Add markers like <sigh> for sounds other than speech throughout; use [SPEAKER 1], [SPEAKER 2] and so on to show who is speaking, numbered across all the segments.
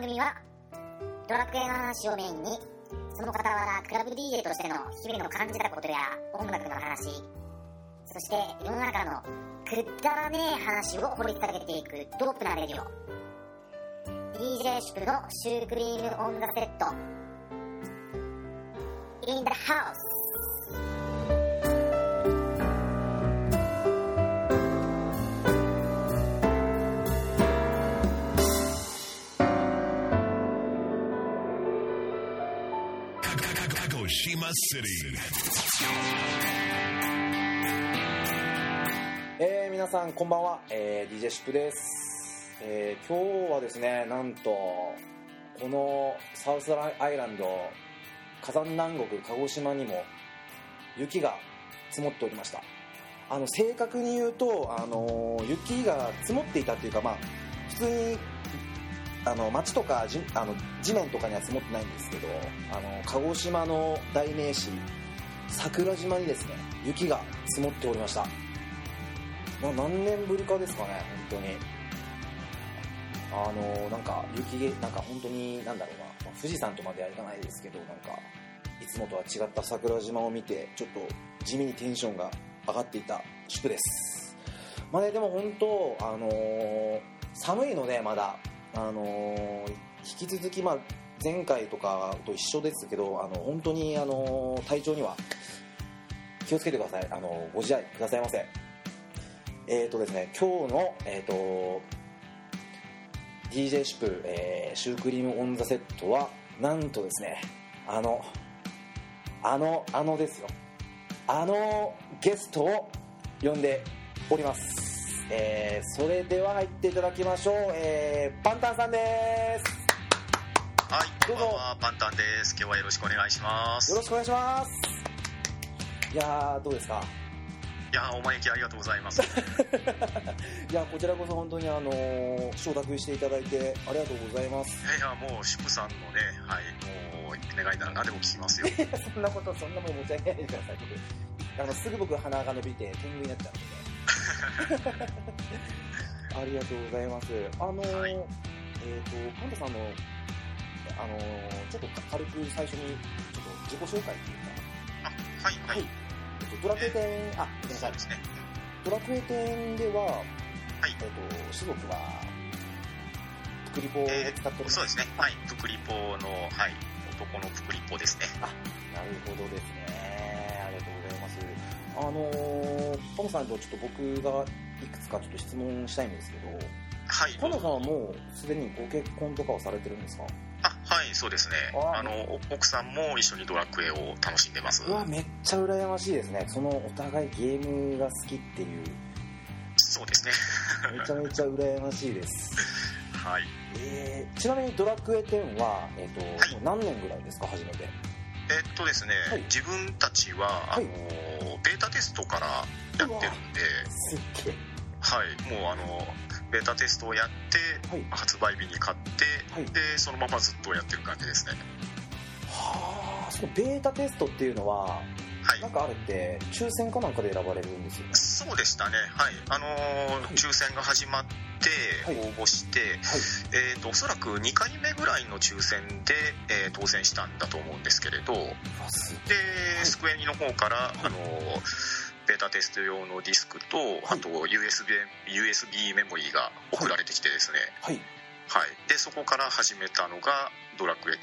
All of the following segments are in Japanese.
[SPEAKER 1] 組はドラクエの話をメインにその傍らクラブ DJ としての日々の感じたことや音楽の話そして世の中のくだらねえ話を掘り下げていくドープなレディオ DJ シュプのシュークリームオンザセット In the house
[SPEAKER 2] カゴシマ City.
[SPEAKER 3] えー、皆さんこんばんは、えー、DJ シップです、えー、今日はですねなんとこのサウスアイランド火山南国鹿児島にも雪が積もっておりましたあの正確に言うと、あのー雪が積もっていたっていうかまあ普通にあの町とかじあの地面とかには積もってないんですけどあの鹿児島の代名詞桜島にですね雪が積もっておりましたな何年ぶりかですかね本当にあのなんか雪げなんか本当になんだろうな、まあ富士山とまではいかないですけどなんかいつもとは違った桜島を見てちょっと地味にテンションが上がっていた宿ですまあねでも本当あのー寒いのでまだあのー引き続きまあ前回とかと一緒ですけどあの本当にあのー体調には気をつけてくださいあのーご自愛くださいませえーとですね、今日の、えー、と DJ シュプ、えーシュークリームオンザセットはなんとですねあのあのあのですよあのゲストを呼んでおります、えーそれでは入っていただきましょう、えーパンタンさんです
[SPEAKER 4] はい、
[SPEAKER 3] ど
[SPEAKER 4] こ
[SPEAKER 3] うんぞ
[SPEAKER 4] ばんは、パンタンです。今日はよろしくお願いします。
[SPEAKER 3] よろしくお願いしますいやーどうですか
[SPEAKER 4] いやー、お招きありがとうござ
[SPEAKER 3] <laughs>
[SPEAKER 4] います。
[SPEAKER 3] いやこちらこそ本当にあのー承諾していただいてありがとうございます
[SPEAKER 4] いや、もう、シュプさんのね、はい、もう、願いなら何でも聞きま
[SPEAKER 3] <laughs>
[SPEAKER 4] すよ。い
[SPEAKER 3] そんなこと、そんなもん持ち上げないでください、僕。あの、すぐ僕鼻が伸びて、天狗になっちゃうので。ありがとうございます。あのー
[SPEAKER 4] はい
[SPEAKER 3] えっ、と、パンダさんの、あのーちょっと軽く最初に、ちょっと自己紹介っていう
[SPEAKER 4] あ、はい、
[SPEAKER 3] か、
[SPEAKER 4] はい。
[SPEAKER 3] えっとドラクエ店、あ、ごめんな
[SPEAKER 4] そ
[SPEAKER 3] さ
[SPEAKER 4] う
[SPEAKER 3] い
[SPEAKER 4] で。すね。
[SPEAKER 3] ドラクエ店では、
[SPEAKER 4] は
[SPEAKER 3] え
[SPEAKER 4] い
[SPEAKER 3] っ、と、種族は、クリポを使っております。
[SPEAKER 4] そうですね。はい、プクリポの、はい、男のプクリポですね。
[SPEAKER 3] なるほどですね。ありがとうございます。あのー、ポノさんとちょっと僕がいくつかちょっと質問したいんですけど、
[SPEAKER 4] はい。
[SPEAKER 3] ポノさんはもうすでにご結婚とかをされてるんですか
[SPEAKER 4] あ、はい、そうですね。
[SPEAKER 3] あー
[SPEAKER 4] あの、お奥さんも一緒にドラクエを楽しんでます。
[SPEAKER 3] うわ、めっちゃ羨ましいですね。そのお互いゲームが好きっていう、
[SPEAKER 4] そうですね。
[SPEAKER 3] めちゃめちゃ羨ましいです。
[SPEAKER 4] はい。
[SPEAKER 3] <laughs> えー、ちなみにドラクエ10は、えっ、と、もう何年ぐらいですか、初めて。
[SPEAKER 4] えっとですね、
[SPEAKER 3] はい
[SPEAKER 4] 自分たちは、あ
[SPEAKER 3] はい
[SPEAKER 4] の、ベータテストからやってるんで、
[SPEAKER 3] すっげえ。
[SPEAKER 4] はい、もうあのベータテストをやって、
[SPEAKER 3] はい
[SPEAKER 4] 発売日に買って、
[SPEAKER 3] はい
[SPEAKER 4] でそのままずっとやってる感じですね。
[SPEAKER 3] はあ、そのベータテストっていうのは、
[SPEAKER 4] はい
[SPEAKER 3] なん、かあれって、抽選かなんかで選ばれるんですよね。
[SPEAKER 4] そうでしたね。はい、あのー
[SPEAKER 3] はい
[SPEAKER 4] 抽選が始まって。
[SPEAKER 3] はい
[SPEAKER 4] 応募して、えー、とおそらく2回目ぐらいの抽選で、えー当選したんだと思うんですけれどで、
[SPEAKER 3] うわすい
[SPEAKER 4] スクエニの方から、あのーベータテスト用のディスクと、あと USB, USB メモリーが送られてきてですね、
[SPEAKER 3] はい。
[SPEAKER 4] はい、でそこから始めたのが「ドラクエ10」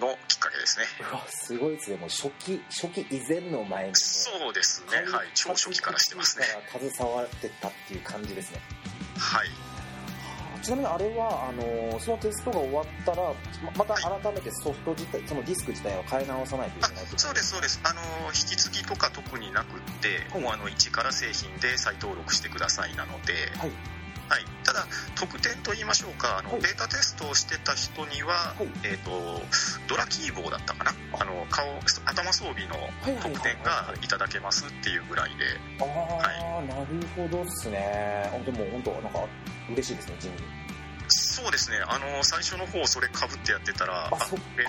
[SPEAKER 4] のきっかけですね
[SPEAKER 3] うわ、すごいですね。もう初期、初期以前の前に。
[SPEAKER 4] そうですねはい超初期からしてますね。
[SPEAKER 3] 携わってたっていう感じですね。
[SPEAKER 4] はい
[SPEAKER 3] ちなみにあれは、あのーそのテストが終わったら、ままた改めてソフト自体、そのディスク自体を変え直さないとい
[SPEAKER 4] あ
[SPEAKER 3] けないってこと
[SPEAKER 4] そうですそうですあの引き継ぎとか特になくって、
[SPEAKER 3] はい
[SPEAKER 4] もうあの一から製品で再登録してくださいなので、
[SPEAKER 3] はい
[SPEAKER 4] はいただ特典と言いましょうかあの、
[SPEAKER 3] はい
[SPEAKER 4] ベータテストをしてた人には、
[SPEAKER 3] はい
[SPEAKER 4] えっ、とドラキーボーだったかなあの顔頭装備の
[SPEAKER 3] はいはいはい
[SPEAKER 4] 特典がいただけますっていうぐらいで、
[SPEAKER 3] ああ、なるほどですね。あでも本当、なんか、嬉しいですね、地味に。
[SPEAKER 4] そうですねあの最初の方それかぶってやってたら
[SPEAKER 3] あ、そっか。
[SPEAKER 4] ベ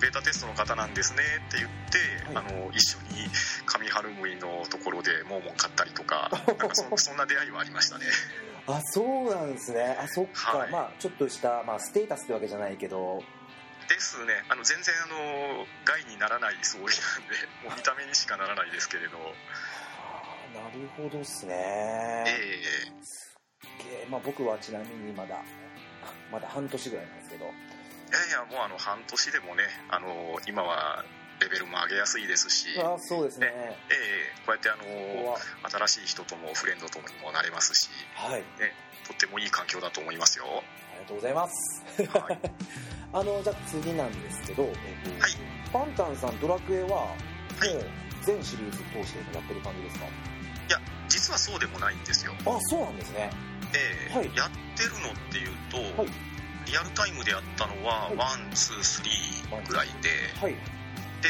[SPEAKER 4] ベータテストの方なんですねって言って、
[SPEAKER 3] はい
[SPEAKER 4] あの一緒に
[SPEAKER 3] <laughs>
[SPEAKER 4] 上春むいのところでモーモン買ったりとかなんかそそんな出会いはありましたね
[SPEAKER 3] あそうなんですねあそっか、
[SPEAKER 4] はい
[SPEAKER 3] まあちょっとした、まあ、ステータスってわけじゃないけど
[SPEAKER 4] ですねあの全然あの害にならない装備なんで
[SPEAKER 3] <laughs>
[SPEAKER 4] もう見た目にしかならないですけれど
[SPEAKER 3] あーなるほどっすね
[SPEAKER 4] え
[SPEAKER 3] えーまあ、僕はちなみにまだまだ半年ぐらいなんですけど
[SPEAKER 4] えいやいやもうあの半年でもねあの今はレベルも上げやすいですし、ええ
[SPEAKER 3] あそうですね
[SPEAKER 4] こうやってあ
[SPEAKER 3] こ
[SPEAKER 4] の
[SPEAKER 3] こは
[SPEAKER 4] 新しい人ともフレンドともにもなれますし
[SPEAKER 3] はい
[SPEAKER 4] とってもいい環境だと思
[SPEAKER 3] <laughs>
[SPEAKER 4] いますよ
[SPEAKER 3] ありがとうございます
[SPEAKER 4] はい
[SPEAKER 3] あのじゃあ次なんですけど、えっと
[SPEAKER 4] はい
[SPEAKER 3] パンタンさん「ドラクエ」はも
[SPEAKER 4] いう
[SPEAKER 3] 全シリーズ通してやってる感じですか
[SPEAKER 4] 実はそうでもないん
[SPEAKER 3] <laughs>
[SPEAKER 4] ですよ
[SPEAKER 3] あそうなんですね
[SPEAKER 4] ええ
[SPEAKER 3] はい
[SPEAKER 4] やってるのっていうと、
[SPEAKER 3] はい
[SPEAKER 4] リアルタイムでやったのは
[SPEAKER 3] はい
[SPEAKER 4] 123ぐらいで
[SPEAKER 3] はい
[SPEAKER 4] で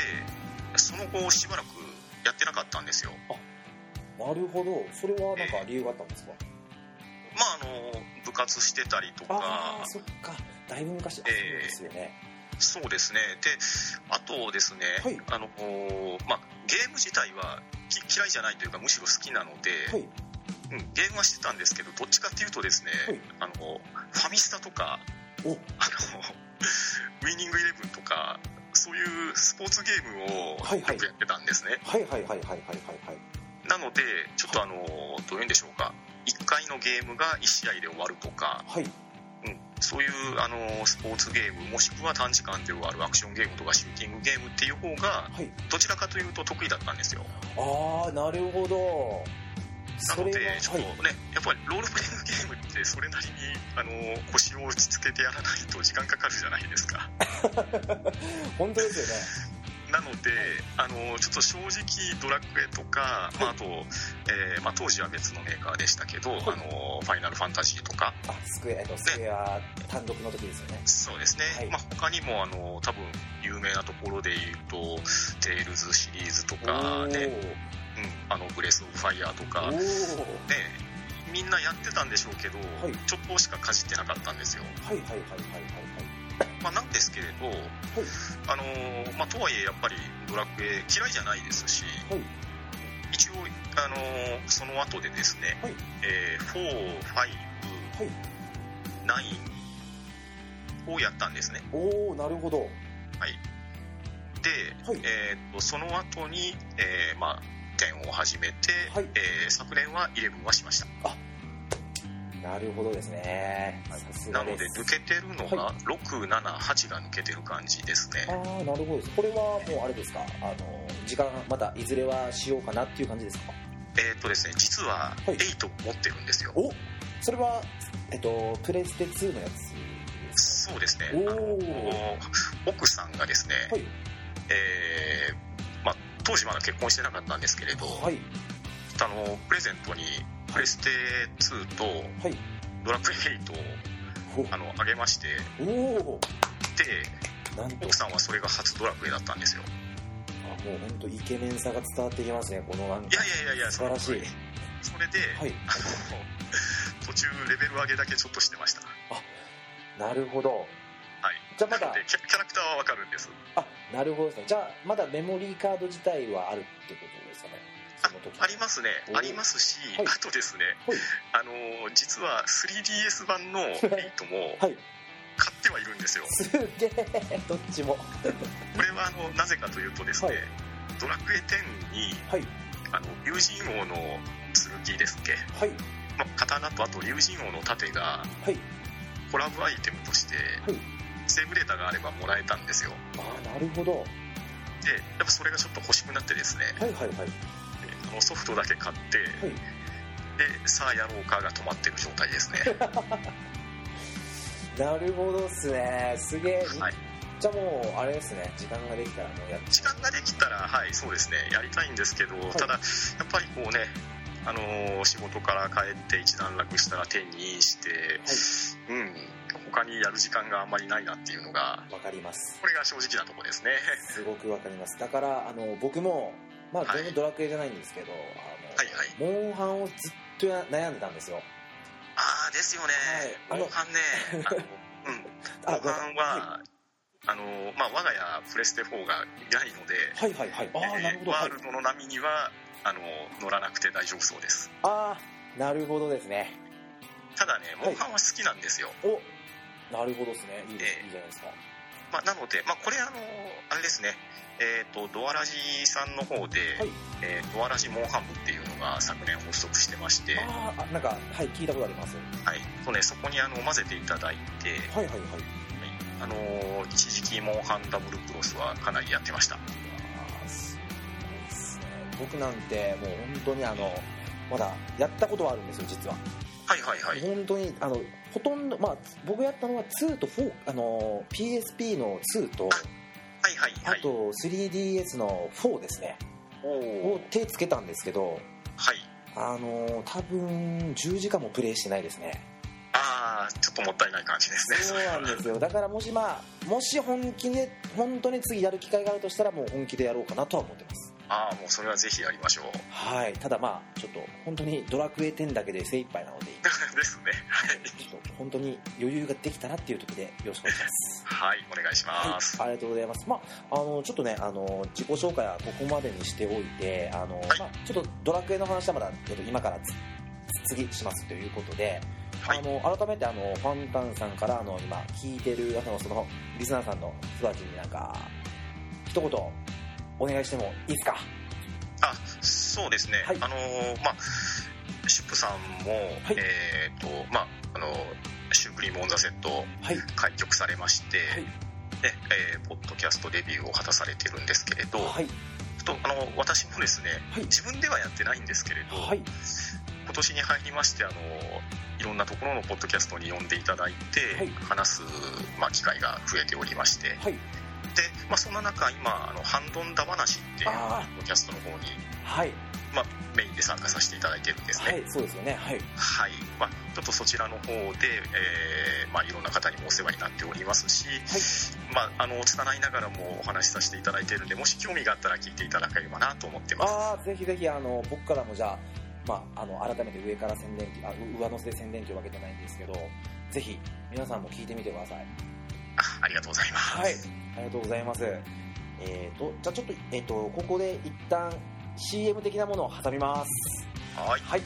[SPEAKER 4] その後しばらくやってなかったんですよ
[SPEAKER 3] なるほどそれはなんか理由があったんですか
[SPEAKER 4] まああの部活してたりと
[SPEAKER 3] あ
[SPEAKER 4] か
[SPEAKER 3] あそっかだいぶ昔あそ
[SPEAKER 4] え
[SPEAKER 3] う
[SPEAKER 4] え
[SPEAKER 3] ですよね、
[SPEAKER 4] そうですねであとですね、
[SPEAKER 3] はい
[SPEAKER 4] あのこうまあ、ゲーム自体はき嫌いじゃないというかむしろ好きなので、
[SPEAKER 3] はい
[SPEAKER 4] うん、ゲームはしてたんですけどどっちかっていうとですね、
[SPEAKER 3] はい
[SPEAKER 4] あのファミスタとか
[SPEAKER 3] お
[SPEAKER 4] あのウィニングイレブンとかそういうスポーツゲームを
[SPEAKER 3] はいはい
[SPEAKER 4] よくやってたんですね、
[SPEAKER 3] はいはいはいはいはいはいはい
[SPEAKER 4] なのでちょっとあの、どういうんでしょうか1回のゲームが1試合で終わるとか、
[SPEAKER 3] はい
[SPEAKER 4] うん、そういうあのスポーツゲームもしくは短時間で終わるアクションゲームとかシューティングゲームっていう方が
[SPEAKER 3] はい
[SPEAKER 4] どちらかというと得意だったんですよ
[SPEAKER 3] ああなるほど
[SPEAKER 4] な
[SPEAKER 3] そ
[SPEAKER 4] の
[SPEAKER 3] れ
[SPEAKER 4] で
[SPEAKER 3] は
[SPEAKER 4] ちょっと
[SPEAKER 3] は
[SPEAKER 4] ね
[SPEAKER 3] い、
[SPEAKER 4] やっぱりロールプレイングゲームってそれなりにあの腰を落ち着けてやらないと時間かかるじゃないですか
[SPEAKER 3] 本当ですよね
[SPEAKER 4] なので、あのちょっと正直ドラクエとか、まあ、あと、えーまあ、当時は別のメーカーでしたけど、あのファイナルファンタジーとか
[SPEAKER 3] あスクエアえっとスクエア単独の時ですよね
[SPEAKER 4] そうですね、
[SPEAKER 3] はい
[SPEAKER 4] まあ、他にもあの多分有名なところで言うと「テイルズ」シリーズと
[SPEAKER 3] お
[SPEAKER 4] かね、
[SPEAKER 3] ー
[SPEAKER 4] うん、あのブレス・オブ・ファイヤーとか、
[SPEAKER 3] お
[SPEAKER 4] ね、
[SPEAKER 3] ー
[SPEAKER 4] みんなやってたんでしょうけど、
[SPEAKER 3] い
[SPEAKER 4] ちょっとしかかじってなかったんですよ、
[SPEAKER 3] はいはいはいはいはい
[SPEAKER 4] まあ、なんですけれど、あのーまあ、とはいえやっぱり「ドラクエ」嫌いじゃないですし
[SPEAKER 3] はいはい
[SPEAKER 4] 一応、あのーその後でですね、
[SPEAKER 3] はい
[SPEAKER 4] えー、
[SPEAKER 3] はい
[SPEAKER 4] 459をやったんですね
[SPEAKER 3] おおなるほど
[SPEAKER 4] で、
[SPEAKER 3] はい
[SPEAKER 4] えーっとその後に、えーまあ、10を始めて、
[SPEAKER 3] はい
[SPEAKER 4] えー昨年は11はしました
[SPEAKER 3] なるほどですねさす
[SPEAKER 4] な
[SPEAKER 3] が
[SPEAKER 4] の
[SPEAKER 3] で
[SPEAKER 4] です抜けてるのが、
[SPEAKER 3] は
[SPEAKER 4] 678が抜けてる感じですね
[SPEAKER 3] ああなるほどですこれはもうあれですかあの時間またいずれはしようかなっていう感じですか
[SPEAKER 4] えーっとですね実は
[SPEAKER 3] はい
[SPEAKER 4] 8持ってるんですよ、
[SPEAKER 3] おそれはえっとプレステ2のやつです
[SPEAKER 4] そうですねあ
[SPEAKER 3] おー
[SPEAKER 4] の奥さんがですね、
[SPEAKER 3] かはい
[SPEAKER 4] えーまあ、当時まだ結婚してなかったんですけれど、
[SPEAKER 3] はい
[SPEAKER 4] あのプレゼントにプレステ2と
[SPEAKER 3] はい
[SPEAKER 4] ドラクエ8をあのあげまして
[SPEAKER 3] おお
[SPEAKER 4] で
[SPEAKER 3] ーなんと
[SPEAKER 4] 奥さんはそれが初ドラクエだったんですよ
[SPEAKER 3] あもう本当イケメンさが伝わってきますねこのなんか
[SPEAKER 4] いやいやいやいや
[SPEAKER 3] 素晴らしい
[SPEAKER 4] それで、
[SPEAKER 3] はい
[SPEAKER 4] あの途中レベル上げだけちょっとしてました
[SPEAKER 3] なるほどじゃあま
[SPEAKER 4] な
[SPEAKER 3] だ
[SPEAKER 4] のでキャキャラクターはわかるんです
[SPEAKER 3] あなるほどですねじゃあまだメモリーカード自体はあるってことですかね
[SPEAKER 4] あ
[SPEAKER 3] その時
[SPEAKER 4] ありますね
[SPEAKER 3] おー
[SPEAKER 4] ありますし、
[SPEAKER 3] はい
[SPEAKER 4] あとですね
[SPEAKER 3] はい
[SPEAKER 4] あの実は 3DS 版の8も
[SPEAKER 3] はい
[SPEAKER 4] 買ってはいるんですよ
[SPEAKER 3] すげえどっちも
[SPEAKER 4] これはあのなぜかというとですね、
[SPEAKER 3] はい
[SPEAKER 4] ドラクエ10に
[SPEAKER 3] はい
[SPEAKER 4] あの竜神王の剣ですっけ、
[SPEAKER 3] はい
[SPEAKER 4] まあ、刀とあと竜神王の盾が
[SPEAKER 3] はい
[SPEAKER 4] コラボアイテムとして
[SPEAKER 3] はい
[SPEAKER 4] セーブデータがあればもらえたんですよ
[SPEAKER 3] ああなるほどは
[SPEAKER 4] でやっぱそれがちょっと欲しくなってですね
[SPEAKER 3] いはいはい
[SPEAKER 4] あのソフトだけ買って、
[SPEAKER 3] はい
[SPEAKER 4] でさあやろうかが止まってる状態ですね
[SPEAKER 3] なるほどっすねすげえ、
[SPEAKER 4] はい
[SPEAKER 3] じゃあもうあれですね時間ができたらもうやっ
[SPEAKER 4] 時間ができたらはいそうですねやりたいんですけど、
[SPEAKER 3] い
[SPEAKER 4] ただやっぱりこうねあのー仕事から帰って一段落したら手にインして、うん他にやる時間があんまりないなっていうのが
[SPEAKER 3] わかります
[SPEAKER 4] これが正直なとこですね。
[SPEAKER 3] すごくわかりますだからあの僕もまあ
[SPEAKER 4] はい
[SPEAKER 3] 全部ドラクエじゃないんですけど、
[SPEAKER 4] はいはい。
[SPEAKER 3] あのモンハンをずっとや悩んでたんですよ
[SPEAKER 4] ああ、ですよね。
[SPEAKER 3] はいあの
[SPEAKER 4] モンハンね、あの、う
[SPEAKER 3] <laughs> あ
[SPEAKER 4] ん、モンハンは、あの、まあ、我が家プレステ4がいないので、
[SPEAKER 3] はいはいはいああなる
[SPEAKER 4] え
[SPEAKER 3] ほ
[SPEAKER 4] ー
[SPEAKER 3] ど、
[SPEAKER 4] ワ
[SPEAKER 3] はい
[SPEAKER 4] ールドの波には、あの、乗らなくて大丈夫そうです。
[SPEAKER 3] ああなるほどですね
[SPEAKER 4] ただね
[SPEAKER 3] は
[SPEAKER 4] モ
[SPEAKER 3] い
[SPEAKER 4] ンハンは好きなんですよ、
[SPEAKER 3] おなるほどですねいいです
[SPEAKER 4] ええ
[SPEAKER 3] いいじゃないですかは
[SPEAKER 4] まあ、なので、まあ、これあのあれですねえー、とドアラジさんの方で、
[SPEAKER 3] い
[SPEAKER 4] えードアラジモンハン部っていうのが昨年発足してまして、は
[SPEAKER 3] あーあなんかはい聞いたことありますはい
[SPEAKER 4] そうね、そこにあの混ぜていただいて、
[SPEAKER 3] いはいはい
[SPEAKER 4] あのー一時期モンハンダブルクロスはかなりやってました
[SPEAKER 3] あーすごいっすね僕なんてもう本当にあのまだやったことはあるんですよ実は
[SPEAKER 4] はいはいはい
[SPEAKER 3] 本当にあのほとんどまあ僕やったのは2と4あの PSP の2と
[SPEAKER 4] はいはい
[SPEAKER 3] あ
[SPEAKER 4] はい
[SPEAKER 3] と 3DS の4ですね
[SPEAKER 4] お
[SPEAKER 3] を
[SPEAKER 4] お
[SPEAKER 3] 手つけたんですけど
[SPEAKER 4] はい
[SPEAKER 3] あの多分10時間もプレイしてないですね
[SPEAKER 4] ああちょっともったいない感じですね <laughs>
[SPEAKER 3] そうなんですよだからもしまあもし本気で本当に次やる機会があるとしたらもう本気でやろうかなとは思ってます
[SPEAKER 4] ああもうそれはぜひやりましょう <laughs>
[SPEAKER 3] はいただまあちょっと本当にドラクエ10だけで精一杯なので
[SPEAKER 4] ですね
[SPEAKER 3] ちょっと本当に余裕ができたなっていう時でよろしくお願いします
[SPEAKER 4] はいお願いし
[SPEAKER 3] はい
[SPEAKER 4] ます、、
[SPEAKER 3] ありがとうございます。まあ、あの、ちょっとね、あの、自己紹介はここまでにしておいて、あの、まあ、ちょっとドラクエの話はまだ、ちょっと今からつ次しますということで、
[SPEAKER 4] はい
[SPEAKER 3] あの、改めて、あの、ファンタンさんから、あの、今、聞いてる、あの、その、リスナーさんの人たちになんか、一言、お願いしてもいいですか
[SPEAKER 4] あそうですね、
[SPEAKER 3] はい
[SPEAKER 4] あのーまあシュップさんも、
[SPEAKER 3] はい
[SPEAKER 4] えっ、とまああのシュークリーム・オン・ザ・セットを
[SPEAKER 3] はい。
[SPEAKER 4] 開局されまして、
[SPEAKER 3] い
[SPEAKER 4] でえーポッドキャストデビューを果たされてるんですけれど、
[SPEAKER 3] はい。
[SPEAKER 4] ちょっとあの私もですね、
[SPEAKER 3] はい
[SPEAKER 4] 自分ではやってないんですけれど、
[SPEAKER 3] はい。
[SPEAKER 4] 今年に入りましてあのいろんなところのポッドキャストに呼んでいただいて、
[SPEAKER 3] はい
[SPEAKER 4] 話す、まあ、機会が増えておりましてで、
[SPEAKER 3] はい。
[SPEAKER 4] まあ、そんな中今あの「ハンドンダ話」っていうポッ
[SPEAKER 3] あ
[SPEAKER 4] ドキャストの方に、
[SPEAKER 3] あ、はい。
[SPEAKER 4] まあ、メインで参加させていただいてるんです
[SPEAKER 3] は
[SPEAKER 4] ね
[SPEAKER 3] い。そうですよね。はい。
[SPEAKER 4] はい、まあ、ちょっとそちらの方で、えーまあ、いろんな方にもお世話になっておりますし、まあ、あの拙いながらもお話しさせていただいているのでもし興味があったら聞いていただければなと思ってます
[SPEAKER 3] ああぜひぜひあの僕からもじゃあ,、まあ、あの改めて上から宣伝機あう上乗せで宣伝機を分けてないんですけどぜひ皆さんも聞いてみてください
[SPEAKER 4] あありがとうございます、
[SPEAKER 3] はいありがとうございますえっ、とじゃあちょっと,、えー、とここで一旦 CM 的なものを挟みます
[SPEAKER 4] はい
[SPEAKER 3] はい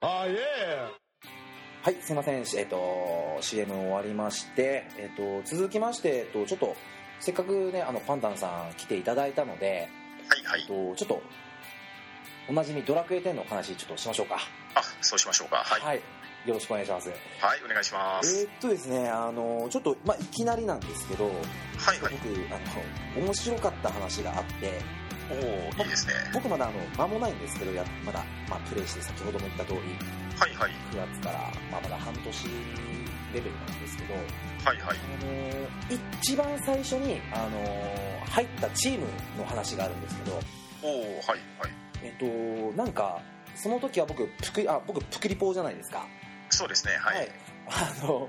[SPEAKER 2] Oh, yeah.
[SPEAKER 3] はいすいませんえっ、と CM 終わりまして、えー、と続きまして、えー、とちょっとせっかくねあのパンタンさん来ていただいたので、
[SPEAKER 4] はいは
[SPEAKER 3] え
[SPEAKER 4] い
[SPEAKER 3] ー、とちょっとおなじみドラクエ10のお話ちょっとしましょうか
[SPEAKER 4] あそうしましょうかはい、はい
[SPEAKER 3] はい、よろしくお願いします。
[SPEAKER 4] お願いしま
[SPEAKER 3] え
[SPEAKER 4] す、
[SPEAKER 3] ーっとですね、あのちょっと、まあ、いきなりなんですけど、
[SPEAKER 4] はい
[SPEAKER 3] 僕
[SPEAKER 4] はい
[SPEAKER 3] あの面白かった話があって、
[SPEAKER 4] おおいいですね
[SPEAKER 3] 僕まだあの間もないんですけど、やまだまあプレイして先ほども言った通り、
[SPEAKER 4] はいはい
[SPEAKER 3] 9月からまあまだ半年レベルなんですけど、
[SPEAKER 4] はいはい
[SPEAKER 3] あの一番最初にあの入ったチームの話があるんですけど、
[SPEAKER 4] おおはいはい
[SPEAKER 3] えっとなんかその時は僕プクあ僕プクリポーじゃないですか。
[SPEAKER 4] そうですねはい、
[SPEAKER 3] あの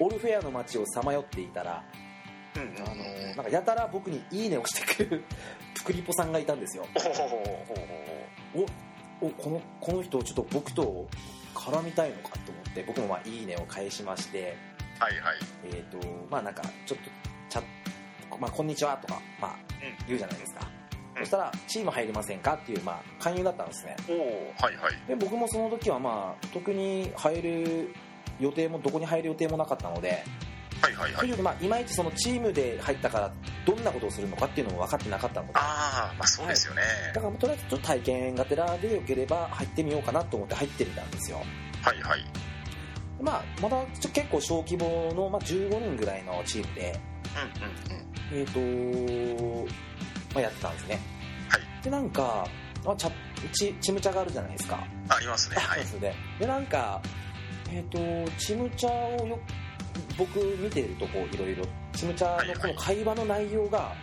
[SPEAKER 3] オルフェアの街をさまよっていたら。
[SPEAKER 4] うんうん
[SPEAKER 3] あ
[SPEAKER 4] うん
[SPEAKER 3] のなんかやたら僕に「いいね」をしてくるプクリポさんがいたんですよ
[SPEAKER 4] おおお
[SPEAKER 3] おおこのこの人ちょっと僕と絡みたいのかと思って僕もまあ「いいね」を返しまして
[SPEAKER 4] はいはい
[SPEAKER 3] えっ、とまあなんかちょっとチャまあ、こんにちは」とか、まあ
[SPEAKER 4] うん、
[SPEAKER 3] 言うじゃないですか、
[SPEAKER 4] うん
[SPEAKER 3] そしたら「チーム入りませんか?」っていう、まあ、勧誘だったんですね
[SPEAKER 4] おおはいはい
[SPEAKER 3] で僕もその時はまあ特に入る予定もどこに入る予定もなかったので
[SPEAKER 4] はいはい
[SPEAKER 3] と
[SPEAKER 4] は
[SPEAKER 3] に
[SPEAKER 4] い
[SPEAKER 3] かくまあいまいちそのチームで入ったからどんなことをするのかっていうのも分かってなかったので
[SPEAKER 4] ああまあそうですよね、
[SPEAKER 3] だからとりあえずちょっと体験がてらでよければ入ってみようかなと思って入ってみたんですよ、
[SPEAKER 4] はいはい
[SPEAKER 3] まあ、まだちょ結構小規模の、まあ、15人ぐらいのチームで、
[SPEAKER 4] うんうんうん
[SPEAKER 3] えーとまあ、やってたんですね、
[SPEAKER 4] はい
[SPEAKER 3] でなんか、まあ、チャチチムチャがあるじゃないですか、
[SPEAKER 4] ありますねはい
[SPEAKER 3] そうですねでなんか、えー、とチムチャをよ僕見てるとこういろいろチムチャのこの会話の内容が、
[SPEAKER 4] はい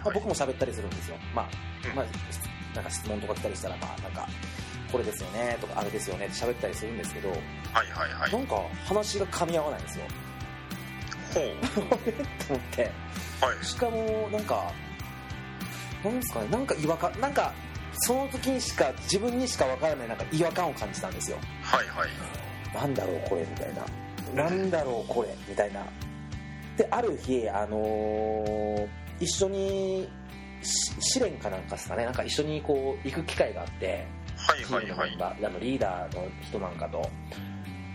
[SPEAKER 3] まあ
[SPEAKER 4] はい
[SPEAKER 3] 僕も喋ったりするんですよ、まあ
[SPEAKER 4] うん
[SPEAKER 3] まあ、なんか質問とか来たりしたら、まあ、なんかこれですよねとかあれですよねって喋ったりするんですけど、
[SPEAKER 4] はいはいはい
[SPEAKER 3] なんか話が噛み合わないんですよ <laughs>
[SPEAKER 4] ほう
[SPEAKER 3] と思って
[SPEAKER 4] はい
[SPEAKER 3] しかもなんかなんですかねなんか違和感なんかその時にしか自分にしか分からないなんか違和感を感じたんですよ
[SPEAKER 4] はいはい
[SPEAKER 3] なんだろうこれみたいななんだろうこれみたいなである日あのー一緒にし試練かなんかですかねなんか一緒にこう行く機会があって
[SPEAKER 4] はい
[SPEAKER 3] チームのメンバー、あのリーダーの人なんかと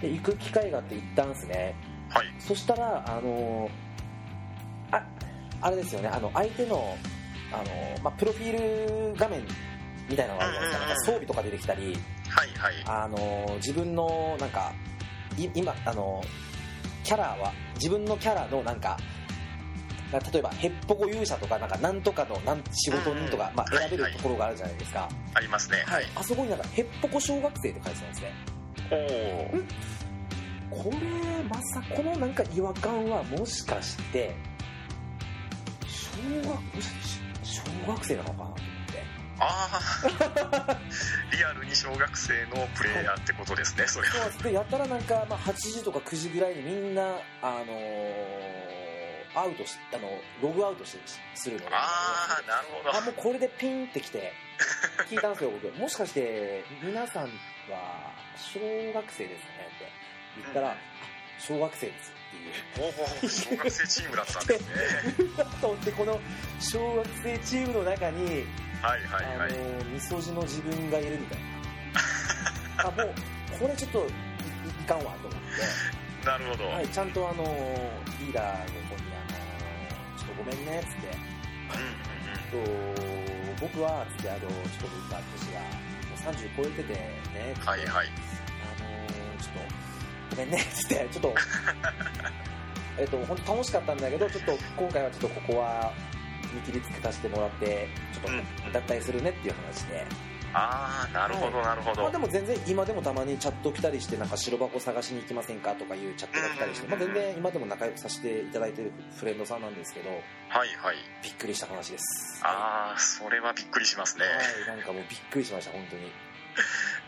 [SPEAKER 3] で行く機会があって行ったんですね
[SPEAKER 4] はい
[SPEAKER 3] そしたらあのああれですよねあの相手のあの、まあ、プロフィール画面みたいなのがあるじゃないですかなんか装備とか出てきたり
[SPEAKER 4] はいはい
[SPEAKER 3] あの自分のなんかい今あのキャラは自分のキャラのなんか例えばヘッポコ勇者とかなんかなんとかのなん仕事人とか、まあ、選べるところがあるじゃないですか、
[SPEAKER 4] ありますねはい
[SPEAKER 3] あそこになんかヘッポコ小学生って書いてたんですね
[SPEAKER 4] おおー
[SPEAKER 3] これまさこのなんか違和感はもしかして小学小学生なのかなと思って
[SPEAKER 4] ああリアルに小学生のプレイヤーってことですねそれは
[SPEAKER 3] そうですでやったらなんか、まあ、8時とか9時ぐらいにみんな、あのーアウトしあのログアウトしするので
[SPEAKER 4] ああなるほど
[SPEAKER 3] あもうこれでピンってきて聞いたんですよ僕もしかして皆さんは小学生ですねって言ったら、あ小学生ですっていう
[SPEAKER 4] おお小学生チームだったんですね
[SPEAKER 3] と思ってこの小学生チームの中に、
[SPEAKER 4] はいはいはい
[SPEAKER 3] あのみそじの自分がいるみたいなあもうこれちょっといいかんわと思っ
[SPEAKER 4] なるほど、
[SPEAKER 3] て、はい、ちゃんとあのリーダーの子にあの「ちょっとごめんね」っつって
[SPEAKER 4] うんうんうん
[SPEAKER 3] と「僕は」つってあのちょっと僕が私がもう30超えててね
[SPEAKER 4] はいはい
[SPEAKER 3] あのちょっとごめんねっつってちょっと
[SPEAKER 4] <laughs>
[SPEAKER 3] えっと本当楽しかったんだけどちょっと今回はちょっとここは見切りつけさせてもらってちょっと
[SPEAKER 4] うん
[SPEAKER 3] 脱退するねっていう話で、
[SPEAKER 4] ああなるほどなるほど
[SPEAKER 3] まあ、でも全然今でもたまにチャット来たりしてなんか白箱探しに行きませんかとかいうチャットが来たりして、まあ、全然今でも仲良くさせていただいてるフレンドさんなんですけど
[SPEAKER 4] はいはい
[SPEAKER 3] びっくりした話です
[SPEAKER 4] ああそれはびっくりしますね
[SPEAKER 3] はいなんかもうびっくりしました本当に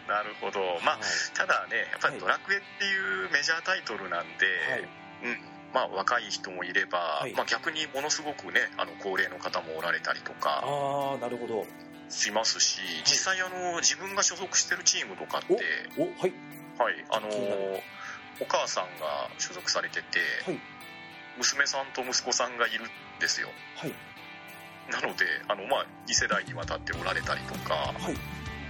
[SPEAKER 4] なるほどまあ
[SPEAKER 3] はい
[SPEAKER 4] ただねやっぱり「ドラクエ」っていうメジャータイトルなんで、
[SPEAKER 3] はい
[SPEAKER 4] うんまあ、若い人もいれば、
[SPEAKER 3] い
[SPEAKER 4] まあ、逆にものすごくねあの高齢の方もおられたりとか
[SPEAKER 3] ああなるほど
[SPEAKER 4] しますし実際あの自分が所属してるチームとかって、
[SPEAKER 3] おはい
[SPEAKER 4] はい、あの
[SPEAKER 3] 気になる
[SPEAKER 4] お母さんが所属されてて、
[SPEAKER 3] はい
[SPEAKER 4] 娘さんと息子さんがいるんですよ
[SPEAKER 3] はい
[SPEAKER 4] なのであの、まあ、2世代にわたっておられたりとか、
[SPEAKER 3] は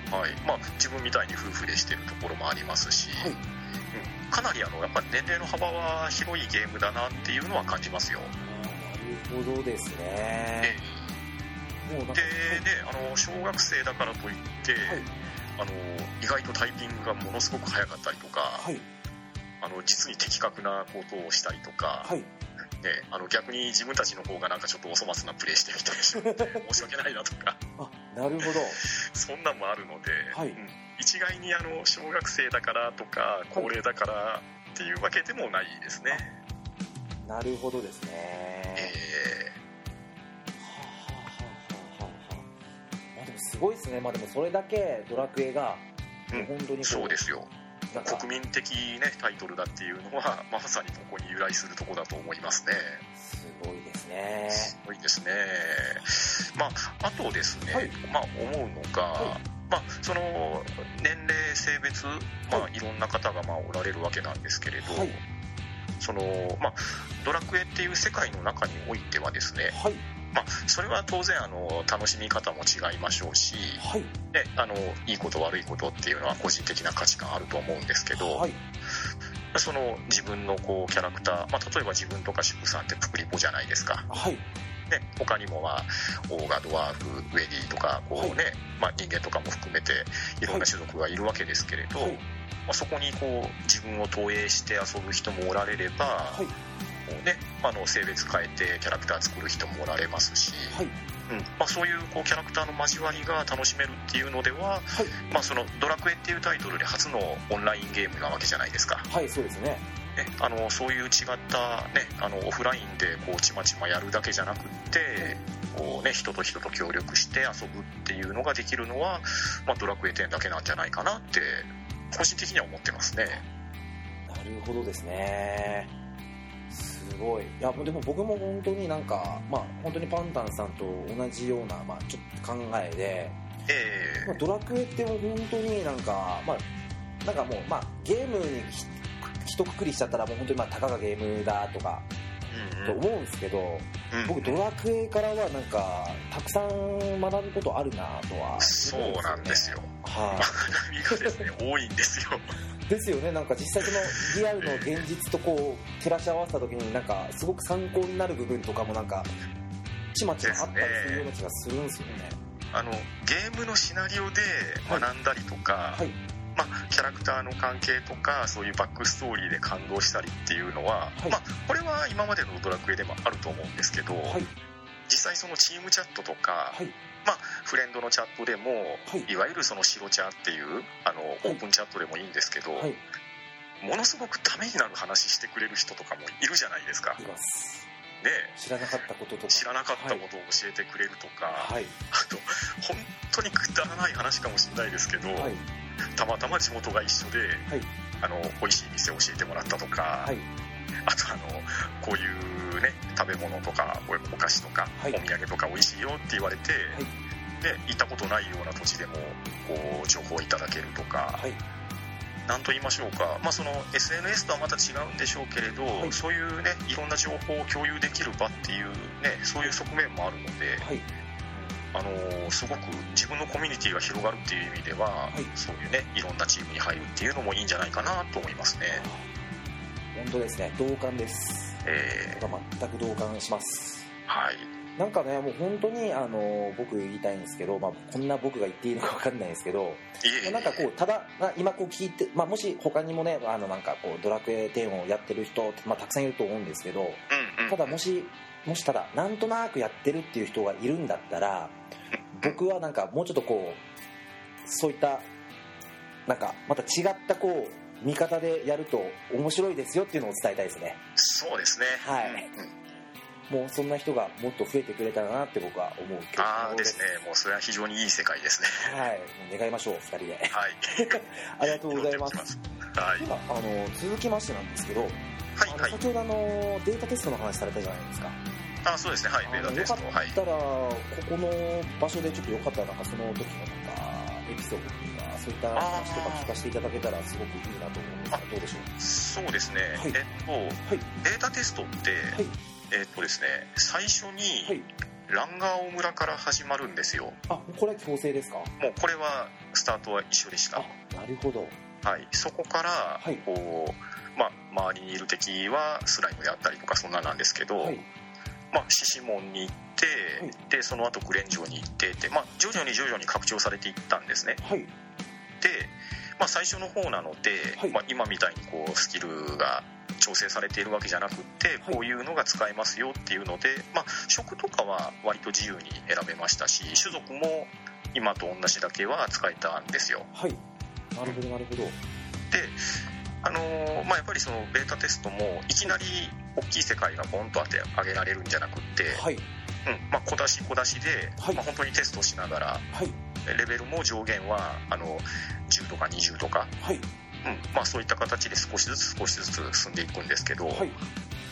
[SPEAKER 3] い
[SPEAKER 4] はいまあ、自分みたいに夫婦でしてるところもありますし、
[SPEAKER 3] はい
[SPEAKER 4] うんかなりあのやっぱ年齢の幅は広いゲームだなっていうのは感じますよ、
[SPEAKER 3] あーなるほどですね
[SPEAKER 4] え
[SPEAKER 3] もうなんか
[SPEAKER 4] えでねあの小学生だからといって、
[SPEAKER 3] はい
[SPEAKER 4] あの意外とタイピングがものすごく早かったりとか、
[SPEAKER 3] はい
[SPEAKER 4] あの実に的確なことをしたりとか、
[SPEAKER 3] はい
[SPEAKER 4] ね、あの逆に自分たちの方がなんかちょっとお粗末なプレイしてみたりして申し訳ないなとか
[SPEAKER 3] あなるほど
[SPEAKER 4] そんなんもあるので、
[SPEAKER 3] はい
[SPEAKER 4] うん一概にあの小学生だからとか高齢だからっていうわけでもないですね、
[SPEAKER 3] なるほどですね
[SPEAKER 4] え
[SPEAKER 3] はあはあはあはあはあまあでもすごいですねまあでもそれだけドラクエが
[SPEAKER 4] うん
[SPEAKER 3] もう本当にこ
[SPEAKER 4] えそうですすよ
[SPEAKER 3] なんか
[SPEAKER 4] 国民的、ね、タイトルだっていうのは、まあまさにここに由来するとこだと思いますね
[SPEAKER 3] すごいですね
[SPEAKER 4] すごいですねまああとですね、
[SPEAKER 3] はい
[SPEAKER 4] まあ思うのが、
[SPEAKER 3] は
[SPEAKER 4] まあ、その年齢性別、ま
[SPEAKER 3] は
[SPEAKER 4] あ、いろんな方がまあおられるわけなんですけれど、
[SPEAKER 3] はい
[SPEAKER 4] そのまあ、ドラクエっていう世界の中においてはですね、
[SPEAKER 3] はい
[SPEAKER 4] まあ、それは当然あの楽しみ方も違いましょうし
[SPEAKER 3] はい
[SPEAKER 4] であのいいこと悪いことっていうのは個人的な価値観あると思うんですけど、
[SPEAKER 3] はい
[SPEAKER 4] その自分のこうキャラクター、まあ、例えば自分とか主婦さんってプクリポじゃないですか、
[SPEAKER 3] はい
[SPEAKER 4] ね、他にも、まあ、オーガドワーフウェディとかこう、ねまあ、人間とかも含めていろんな種族がいるわけですけれど、
[SPEAKER 3] はい
[SPEAKER 4] まあ、そこにこう自分を投影して遊ぶ人もおられれば、
[SPEAKER 3] はい
[SPEAKER 4] こうね、あの性別変えてキャラクター作る人もおられますし、
[SPEAKER 3] はい
[SPEAKER 4] うんまあ、そういうこうキャラクターの交わりが楽しめるっていうのでは、
[SPEAKER 3] はい
[SPEAKER 4] まあ、そのドラクエっていうタイトルで初のオンラインゲームなわけじゃないですか、
[SPEAKER 3] はいそうですね
[SPEAKER 4] ね、あのそういう違った、ね、あのオフラインでこうちまちまやるだけじゃなくってこう、ね、人と人と協力して遊ぶっていうのができるのは、まあ、ドラクエ10だけなんじゃないかなって個人的には思ってますね。
[SPEAKER 3] なるほどですねすごいいやもうでも僕も本当になんかまあ本当にパンタンさんと同じようなまあちょっと考えで
[SPEAKER 4] え
[SPEAKER 3] まあ、ドラクエってもう本当になんか、まあ、なんかもう、まあ、ゲームにひひとくくりしちゃったらもう本当にまあたかがゲームだとか
[SPEAKER 4] ー
[SPEAKER 3] と思うんですけど、
[SPEAKER 4] うんうん
[SPEAKER 3] 僕ドラクエからはなんかたくさん学ぶことあるなとは
[SPEAKER 4] そうなんですよ、
[SPEAKER 3] はは
[SPEAKER 4] 学びがです <laughs> ね多いんですよ
[SPEAKER 3] い、ですよねなんか実際そのリアルの現実とこう照らし合わせた時になんかすごく参考になる部分とかもなんかちまちまあったりするような気がするんですよね
[SPEAKER 4] あのゲームのシナリオで学んだりとか、
[SPEAKER 3] はい
[SPEAKER 4] まあ、キャラクターの関係とかそういうバックストーリーで感動したりっていうのは、
[SPEAKER 3] はい
[SPEAKER 4] まあ、これは今までの「ドラクエ」でもあると思うんですけど、
[SPEAKER 3] はい
[SPEAKER 4] 実際そのチームチャットとか、
[SPEAKER 3] はい
[SPEAKER 4] まあ、フレンドのチャットでも、
[SPEAKER 3] はい
[SPEAKER 4] い、わゆるその白チャっていうあのオープンチャットでもいいんですけど、
[SPEAKER 3] はい
[SPEAKER 4] ものすごくためになる話してくれる人とかもいるじゃないですか。
[SPEAKER 3] い
[SPEAKER 4] ね
[SPEAKER 3] ます知らなかったこととか
[SPEAKER 4] 知らなかった
[SPEAKER 3] はい
[SPEAKER 4] ことを教えてくれるとか、
[SPEAKER 3] はい
[SPEAKER 4] あと本当にくだらない話かもしれないですけど、
[SPEAKER 3] はい
[SPEAKER 4] たまたま地元が一緒で、
[SPEAKER 3] はい
[SPEAKER 4] あの美味しい店を教えてもらったとか、
[SPEAKER 3] はい
[SPEAKER 4] あとあのこういうね食べ物とかおお菓子とか、
[SPEAKER 3] はい
[SPEAKER 4] お土産とか美味しいよって言われて、で行ったことないような土地でもこう情報をいただけるとか
[SPEAKER 3] はい
[SPEAKER 4] 何と言いましょうか、まあ、その SNS とはまた違うんでしょうけれど、
[SPEAKER 3] い
[SPEAKER 4] そういうねいろんな情報を共有できる場っていうねそういう側面もあるので。
[SPEAKER 3] はい
[SPEAKER 4] あのーすごく自分のコミュニティが広がるっていう意味では、
[SPEAKER 3] い
[SPEAKER 4] そういうねいろんなチームに入るっていうのもいいんじゃないかなと思いますね、
[SPEAKER 3] 本当ですね同感です
[SPEAKER 4] え
[SPEAKER 3] 僕は全く同感します
[SPEAKER 4] ーはい
[SPEAKER 3] なんかねもう本当にあの僕言いたいんですけど、まあ、こんな僕が言っていいのか分かんないですけど
[SPEAKER 4] いえいえ
[SPEAKER 3] なんかこうただまあ今こう聞いて、まあ、もし他にもねあのなんかこうドラクエ10をやってる人、まあ、たくさんいると思うんですけど
[SPEAKER 4] うんうん
[SPEAKER 3] ただもしもしただなんとなくやってるっていう人がいるんだったら僕はなんかもうちょっとこうそういったなんかまた違ったこう見方でやると面白いですよっていうのを伝えたいですね
[SPEAKER 4] そうですね
[SPEAKER 3] はい
[SPEAKER 4] うんうん
[SPEAKER 3] もうそんな人がもっと増えてくれたらなって僕は思う今日
[SPEAKER 4] ああですねもうそれは非常にいい世界ですね
[SPEAKER 3] はいもう願いましょう2人
[SPEAKER 4] <laughs>
[SPEAKER 3] で
[SPEAKER 4] はい
[SPEAKER 3] ありがとうございます
[SPEAKER 4] はい
[SPEAKER 3] ではあの続きましてなんですけど、
[SPEAKER 4] はい
[SPEAKER 3] あの
[SPEAKER 4] はい
[SPEAKER 3] 先ほどあのデータテストの話されたじゃないですか、
[SPEAKER 4] あーそうですねはいベ
[SPEAKER 3] あ
[SPEAKER 4] ータ
[SPEAKER 3] の
[SPEAKER 4] テ
[SPEAKER 3] よ
[SPEAKER 4] ス
[SPEAKER 3] か
[SPEAKER 4] トはい
[SPEAKER 3] ったらここの場所でちょっとよかったらなんかその時のなんかエピソードとかそういった話とか聞かせていただけたらすごくいいなと思うんですがどうでしょ
[SPEAKER 4] そうですね、
[SPEAKER 3] はい
[SPEAKER 4] えっと、
[SPEAKER 3] い
[SPEAKER 4] データテストって、
[SPEAKER 3] はい
[SPEAKER 4] えっとですね最初
[SPEAKER 3] うはい
[SPEAKER 4] にランガーオ村から始まるんですよ
[SPEAKER 3] あこれは強制ですか
[SPEAKER 4] もうこれはスタートは一緒でした
[SPEAKER 3] あなるほど
[SPEAKER 4] はい、そこから
[SPEAKER 3] はい
[SPEAKER 4] こう、まあ、周りにいる敵はスライムであったりとかそんななんですけど、
[SPEAKER 3] はい
[SPEAKER 4] まあ、獅子門に行って、
[SPEAKER 3] はい
[SPEAKER 4] でその後グレン城に行ってって、まあ、徐々に徐々に拡張されていったんですね
[SPEAKER 3] はい
[SPEAKER 4] で、まあ、最初の方なので、
[SPEAKER 3] はい
[SPEAKER 4] まあ、今みたいにこうスキルが調整されているわけじゃなくって、
[SPEAKER 3] はい
[SPEAKER 4] こういうのが使えますよっていうので、まあ、職とかは割と自由に選べましたし種族も今と同じだけは使えたんですよ
[SPEAKER 3] はいなるほどなるほど
[SPEAKER 4] であのーまあ、やっぱりそのベータテストもいきなり大きい世界がボンと当て上げられるんじゃなくって、
[SPEAKER 3] はい
[SPEAKER 4] うんまあ、小出し小出しで、
[SPEAKER 3] はい
[SPEAKER 4] まあ、本当にテストしながら
[SPEAKER 3] はい
[SPEAKER 4] レベルも上限はあの10とか20とか、
[SPEAKER 3] はい
[SPEAKER 4] うんまあ、そういった形で少しずつ少しずつ進んでいくんですけど、
[SPEAKER 3] はい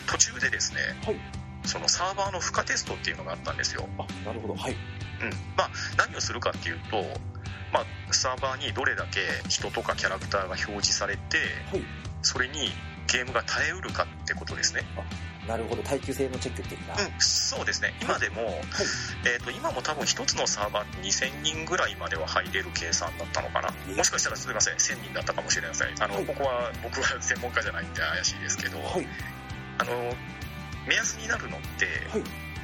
[SPEAKER 4] 途中でですね、
[SPEAKER 3] はい
[SPEAKER 4] そのサーバーの負荷テストっていうのがあったんですよ、
[SPEAKER 3] あなるほどはい
[SPEAKER 4] うんまあ、何をするかっていうと、まあ、サーバーにどれだけ人とかキャラクターが表示されて
[SPEAKER 3] はい
[SPEAKER 4] それにゲームが耐えうるかってことですね、
[SPEAKER 3] なるほど耐久性のチェック的な、
[SPEAKER 4] うん、そうですね今でも、えー、と今も多分1つのサーバーって2000人ぐらいまでは入れる計算だったのかなもしかしたらすみません1000人だったかもしれませんあの、
[SPEAKER 3] はい
[SPEAKER 4] ここは僕は専門家じゃないんで怪しいですけど、
[SPEAKER 3] はい
[SPEAKER 4] あの目安になるのって、
[SPEAKER 3] はい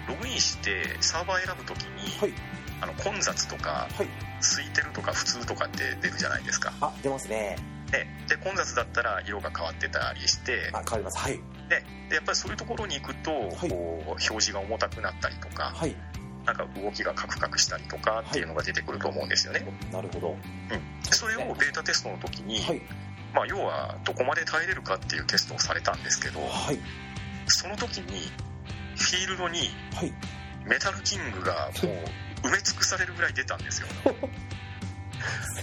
[SPEAKER 4] ログインしてサーバー選ぶときに、
[SPEAKER 3] はい
[SPEAKER 4] あの混雑とか
[SPEAKER 3] はい
[SPEAKER 4] 空いてるとか普通とかって出るじゃないですか、
[SPEAKER 3] あ出ますね
[SPEAKER 4] ね、で混雑だったら色が変わってたりして
[SPEAKER 3] あ変わりますはい
[SPEAKER 4] ででやっぱりそういうところに行くと、
[SPEAKER 3] い
[SPEAKER 4] こう表示が重たくなったりとか
[SPEAKER 3] はい
[SPEAKER 4] なんか動きがカクカクしたりとかっていうのが出てくると思うんですよね、
[SPEAKER 3] なるほど
[SPEAKER 4] でそれをベータテストの時に、
[SPEAKER 3] はい
[SPEAKER 4] まあ、要はどこまで耐えれるかっていうテストをされたんですけど
[SPEAKER 3] はい
[SPEAKER 4] その時にフィールドに
[SPEAKER 3] はい
[SPEAKER 4] メタルキングがもう埋め尽くされるぐらい出たん
[SPEAKER 3] <laughs>
[SPEAKER 4] ですよ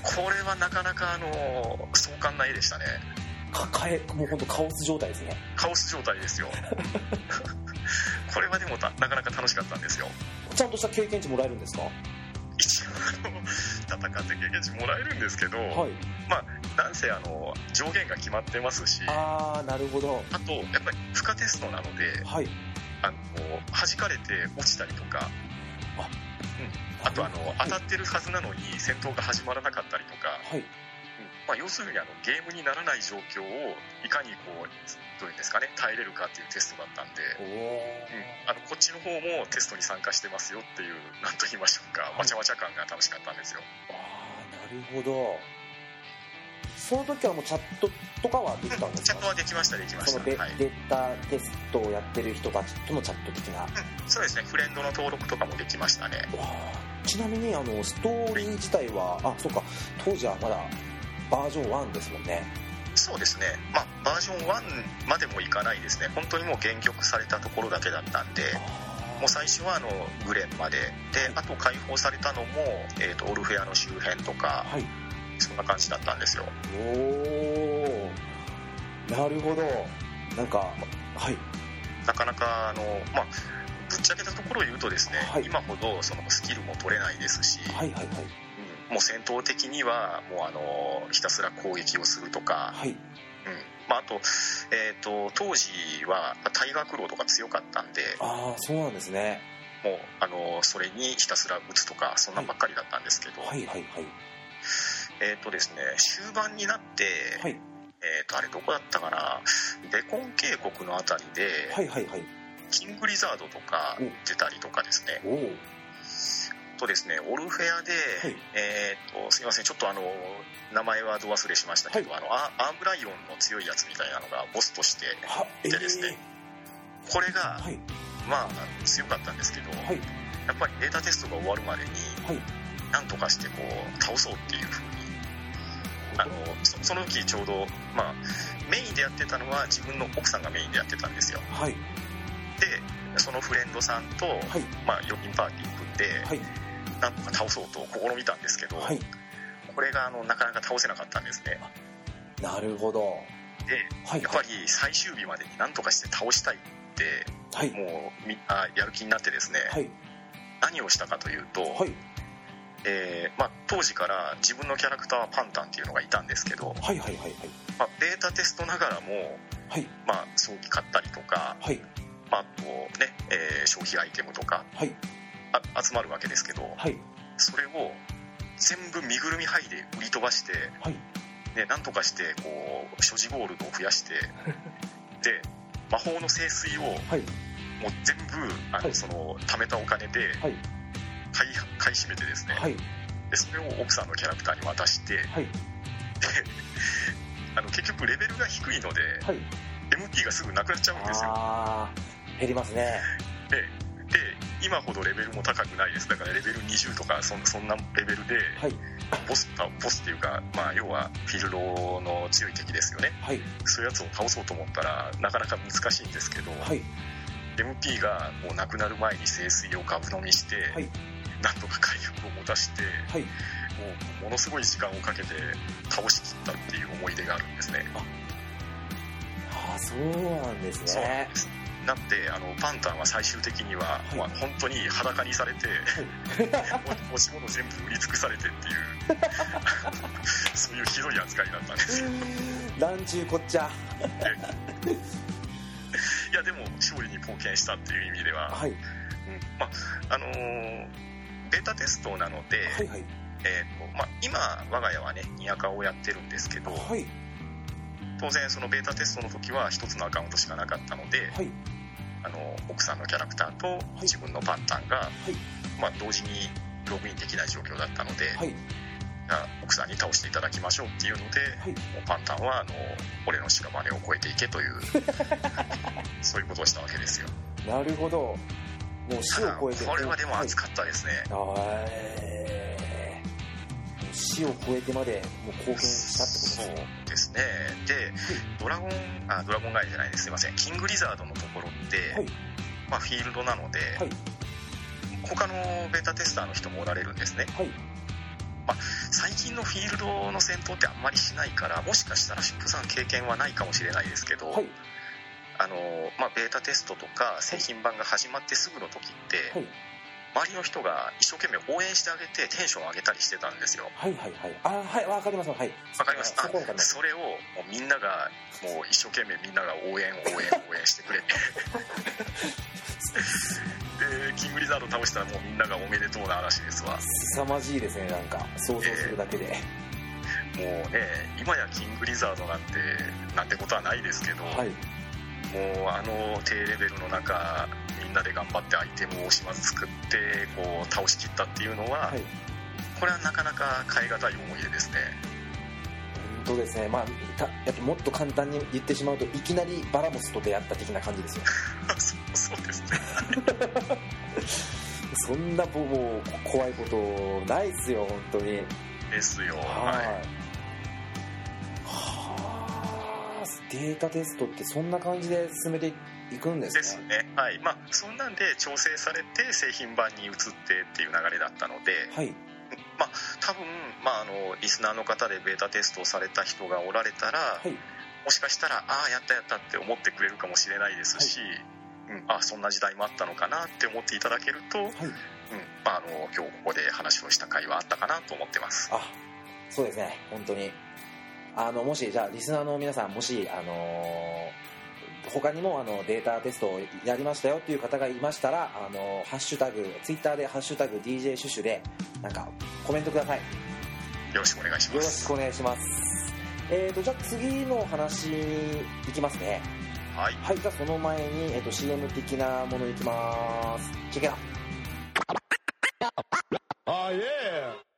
[SPEAKER 4] これはなかなかあの壮観な絵でしたね
[SPEAKER 3] 抱えもう本当カオス状態ですね
[SPEAKER 4] カオス状態ですよ <laughs> これはでもたなかなか楽しかったんですよ
[SPEAKER 3] ちゃんとした経験値もらえるんですかは
[SPEAKER 4] 一応あの戦って経験値もらえるんですけど、
[SPEAKER 3] い
[SPEAKER 4] なんせあの上限が決まってますしあ
[SPEAKER 3] ああなるほど
[SPEAKER 4] とやっぱり負荷テストなので
[SPEAKER 3] はい
[SPEAKER 4] あの弾かれて落ちたりとかあとあの当たってるはずなのに戦闘が始まらなかったりとか
[SPEAKER 3] はい
[SPEAKER 4] まあ、要するにあのゲームにならない状況をいかにこうどういうんですかね耐えれるかっていうテストだったんで、
[SPEAKER 3] お
[SPEAKER 4] うん、あのこっちの方もテストに参加してますよっていう <laughs> なんと言いましょうかわちゃわちゃ感が楽しかったんですよ
[SPEAKER 3] ああなるほどその時はもうチャットとかはできたんです
[SPEAKER 4] チャ
[SPEAKER 3] か
[SPEAKER 4] ットはできましたできまし
[SPEAKER 3] そ
[SPEAKER 4] た
[SPEAKER 3] のデ,、
[SPEAKER 4] はい、
[SPEAKER 3] データテストをやってる人たちとのチャット的な
[SPEAKER 4] そうですねフレンドの登録とかもできましたね
[SPEAKER 3] ちなみにあのストーリー自体はあそうか当時はまだバージョン1ですもんね
[SPEAKER 4] そうですね、まあ、バージョン1までもいかないですね本当にもう原曲されたところだけだったんでもう最初はあのグレンまでであと解放されたのも、えー、とオルフェアの周辺とか
[SPEAKER 3] はい
[SPEAKER 4] そんな感じだったんですよ
[SPEAKER 3] おおなるほどなんかはい
[SPEAKER 4] なかなかあの、まあ、ぶっちゃけたところを言うとですね、
[SPEAKER 3] はい
[SPEAKER 4] 今ほどそのスキルも取れないですし、
[SPEAKER 3] はいはいはい
[SPEAKER 4] もう戦闘的にはもうあのひたすら攻撃をするとか、
[SPEAKER 3] はい
[SPEAKER 4] うんまあ、あと,、えー、と当時は大学炉とか強かったんで
[SPEAKER 3] ああそうなんですね
[SPEAKER 4] もうあのそれにひたすら打つとかそんなんばっかりだったんですけど、
[SPEAKER 3] はいはいはい
[SPEAKER 4] えっ、とですね終盤になって、
[SPEAKER 3] はい
[SPEAKER 4] えー、とあれどこだったかなデコン渓谷のあたりで、
[SPEAKER 3] はいはいはい
[SPEAKER 4] キングリザードとか出たりとかですね、
[SPEAKER 3] おおはい
[SPEAKER 4] とですね、オルフェアで、
[SPEAKER 3] はい
[SPEAKER 4] えーっと、すみません、ちょっとあの、名前はど忘れしましたけど、あの、アアームライオンの強いやつみたいなのがボスとして、
[SPEAKER 3] は
[SPEAKER 4] でですねこれが、
[SPEAKER 3] はい
[SPEAKER 4] まあ、強かったんですけど、
[SPEAKER 3] はい
[SPEAKER 4] やっぱりデータテストが終わるまでに、
[SPEAKER 3] はい
[SPEAKER 4] なんとかしてこう、倒そうっていうふうに、あの、そその時ちょうど、まあ、メインでやってたのは自分の奥さんがメインでやってたんですよ。
[SPEAKER 3] はい
[SPEAKER 4] で、そのフレンドさんと、
[SPEAKER 3] はい
[SPEAKER 4] まあ、4人パーティー組んで、
[SPEAKER 3] はい
[SPEAKER 4] なんとか倒そうと試みたんですけど、
[SPEAKER 3] はい
[SPEAKER 4] これがあのなかなか倒せなかったんですね
[SPEAKER 3] なるほど
[SPEAKER 4] で
[SPEAKER 3] はい
[SPEAKER 4] やっぱ
[SPEAKER 3] はい
[SPEAKER 4] り最終日までに何とかして倒したいって
[SPEAKER 3] はい
[SPEAKER 4] もうみんなやる気になってですね、
[SPEAKER 3] はい
[SPEAKER 4] 何をしたかというと、
[SPEAKER 3] はい
[SPEAKER 4] えーまあ、当時から自分のキャラクターはパンタンっていうのがいたんですけど、
[SPEAKER 3] はいはいはいはい
[SPEAKER 4] まあ、データテストながらも、
[SPEAKER 3] はい
[SPEAKER 4] まあ、早期買ったりとか、
[SPEAKER 3] はい
[SPEAKER 4] まあ、あとね、えー消費アイテムとか
[SPEAKER 3] はい
[SPEAKER 4] あ集まるわけですけど
[SPEAKER 3] はい
[SPEAKER 4] それを全部身ぐるみ剥いで売り飛ばして
[SPEAKER 3] はい
[SPEAKER 4] でなんとかしてこう所持ゴールドを増やして
[SPEAKER 3] <laughs>
[SPEAKER 4] で魔法の聖水をもう
[SPEAKER 3] はい
[SPEAKER 4] 全部あ
[SPEAKER 3] はい
[SPEAKER 4] のその貯めたお金で
[SPEAKER 3] はい
[SPEAKER 4] 買い買い占めてですね、
[SPEAKER 3] はい
[SPEAKER 4] でそれを奥さんのキャラクターに渡してで
[SPEAKER 3] はい
[SPEAKER 4] あの結局レベルが低いので
[SPEAKER 3] はい
[SPEAKER 4] MP がすぐなくなっちゃうんですよ
[SPEAKER 3] ああ減りますね
[SPEAKER 4] で今ほどレベルも高くないですだからレベル20とかそんそんなレベルで
[SPEAKER 3] はい
[SPEAKER 4] ボスあボスっていうか、まあ、要はフィルロの強い敵ですよね
[SPEAKER 3] はい
[SPEAKER 4] そういうやつを倒そうと思ったらなかなか難しいんですけど、
[SPEAKER 3] はい
[SPEAKER 4] MP がもうなくなる前に清水をガブ飲みして、
[SPEAKER 3] はい
[SPEAKER 4] なんとか回復を持たして
[SPEAKER 3] はい
[SPEAKER 4] もうものすごい時間をかけて倒しきったっていう思い出があるんですね
[SPEAKER 3] ああそうなんです
[SPEAKER 4] そう
[SPEAKER 3] ね
[SPEAKER 4] なんであのパンタンは最終的には、
[SPEAKER 3] い
[SPEAKER 4] まあ本当に裸にされて、お持ち物全部売り尽くされてっていう <laughs> そういうひどい扱いだったんですよ
[SPEAKER 3] ランチューこっちゃ
[SPEAKER 4] いやでも勝利に貢献したっていう意味では、
[SPEAKER 3] はい
[SPEAKER 4] うんまああのーデータテストなので、
[SPEAKER 3] はいはい
[SPEAKER 4] えーとまあ、今我が家はねニアカをやってるんですけど
[SPEAKER 3] はい
[SPEAKER 4] 当然そのベータテストの時は1つのアカウントしかなかったので
[SPEAKER 3] はい
[SPEAKER 4] あの奥さんのキャラクターと
[SPEAKER 3] い
[SPEAKER 4] 自分のパンタンが、
[SPEAKER 3] い
[SPEAKER 4] まあ、同時にログインできない状況だったので、
[SPEAKER 3] はい
[SPEAKER 4] あ奥さんに倒していただきましょうっていうので、
[SPEAKER 3] はい
[SPEAKER 4] もうパンタンはあの俺の白真似を超えていけという
[SPEAKER 3] <laughs>
[SPEAKER 4] そういうことをしたわけですよ
[SPEAKER 3] なるほどもう死
[SPEAKER 4] た
[SPEAKER 3] を
[SPEAKER 4] だこ
[SPEAKER 3] 超えて
[SPEAKER 4] れはでも熱
[SPEAKER 3] か
[SPEAKER 4] かったですね、
[SPEAKER 3] えー死を超えてまでもう貢献した
[SPEAKER 4] そ
[SPEAKER 3] っ
[SPEAKER 4] う
[SPEAKER 3] てことですね
[SPEAKER 4] ですねでドラゴンあドラゴンガイじゃないですすいませんキングリザードのところって、
[SPEAKER 3] はい
[SPEAKER 4] まあ、フィールドなので、
[SPEAKER 3] はい
[SPEAKER 4] 他のベータテスターの人もおられるんですね
[SPEAKER 3] はい
[SPEAKER 4] 最近のフィールドの戦闘ってあんまりしないからもしかしたらシップさん経験はないかもしれないですけど、
[SPEAKER 3] はい
[SPEAKER 4] あのまあ、ベータテストとか製品版が始まってすぐの時って、
[SPEAKER 3] はい
[SPEAKER 4] 周りの人が一生懸命応援してあげてテンション上げたりしてたんですよ
[SPEAKER 3] はいはいはいあーはいわかりますはい
[SPEAKER 4] わかります
[SPEAKER 3] そこわかります
[SPEAKER 4] それをもうみんながもう一生懸命みんなが応援応援応援して
[SPEAKER 3] <laughs>
[SPEAKER 4] くれてでキングリザード倒したらもうみんながおめでとうな嵐ですわ
[SPEAKER 3] 凄まじいですねなんか想像するだけで、
[SPEAKER 4] もうね今やキングリザードなんてなんてことはないですけど、
[SPEAKER 3] はい
[SPEAKER 4] もうあの低レベルの中みんなで頑張ってアイテムを島作ってこう倒しきったっていうのは、
[SPEAKER 3] はい
[SPEAKER 4] これはなかなか変え難い思い出ですね <laughs>
[SPEAKER 3] 本当ですねまあたやっぱもっと簡単に言ってしまうといきなりバラモスと出会った的な感じですよ
[SPEAKER 4] そうそうですね
[SPEAKER 3] そんなもう怖いことないですよ本当に
[SPEAKER 4] ですよ
[SPEAKER 3] は
[SPEAKER 4] はい
[SPEAKER 3] はあデータテストってそんな感じで進めていくんで
[SPEAKER 4] い
[SPEAKER 3] す
[SPEAKER 4] です
[SPEAKER 3] ね
[SPEAKER 4] ねはいまあそんなんで調整されて製品版に移ってっていう流れだったので
[SPEAKER 3] はい
[SPEAKER 4] まあ多分まああのリスナーの方でベータテストをされた人がおられたら、
[SPEAKER 3] はい
[SPEAKER 4] もしかしたらああやったやったって思ってくれるかもしれないですし、うん、あそんな時代もあったのかなって思っていただけると、う
[SPEAKER 3] は
[SPEAKER 4] ん
[SPEAKER 3] い
[SPEAKER 4] まあ、あの今日ここで話をした回はあったかなと思ってます
[SPEAKER 3] あそうですね本当にあのもしじゃあリスナーの皆さんもしあのー他にもあのデータテストをやりましたよっていう方がいましたら、あのーハッシュタグツイッターで「ハッシュタグ #DJ シュシュ」でなんかコメントください
[SPEAKER 4] よろしくお願いし
[SPEAKER 3] よ
[SPEAKER 4] ま
[SPEAKER 3] ろ
[SPEAKER 4] す
[SPEAKER 3] しくお願いしますえーとじゃあ次のお話に行きますね
[SPEAKER 4] はい
[SPEAKER 3] はいじゃあその前に、えー、と CM 的なものいきますチェケラ
[SPEAKER 2] Oh, yeah.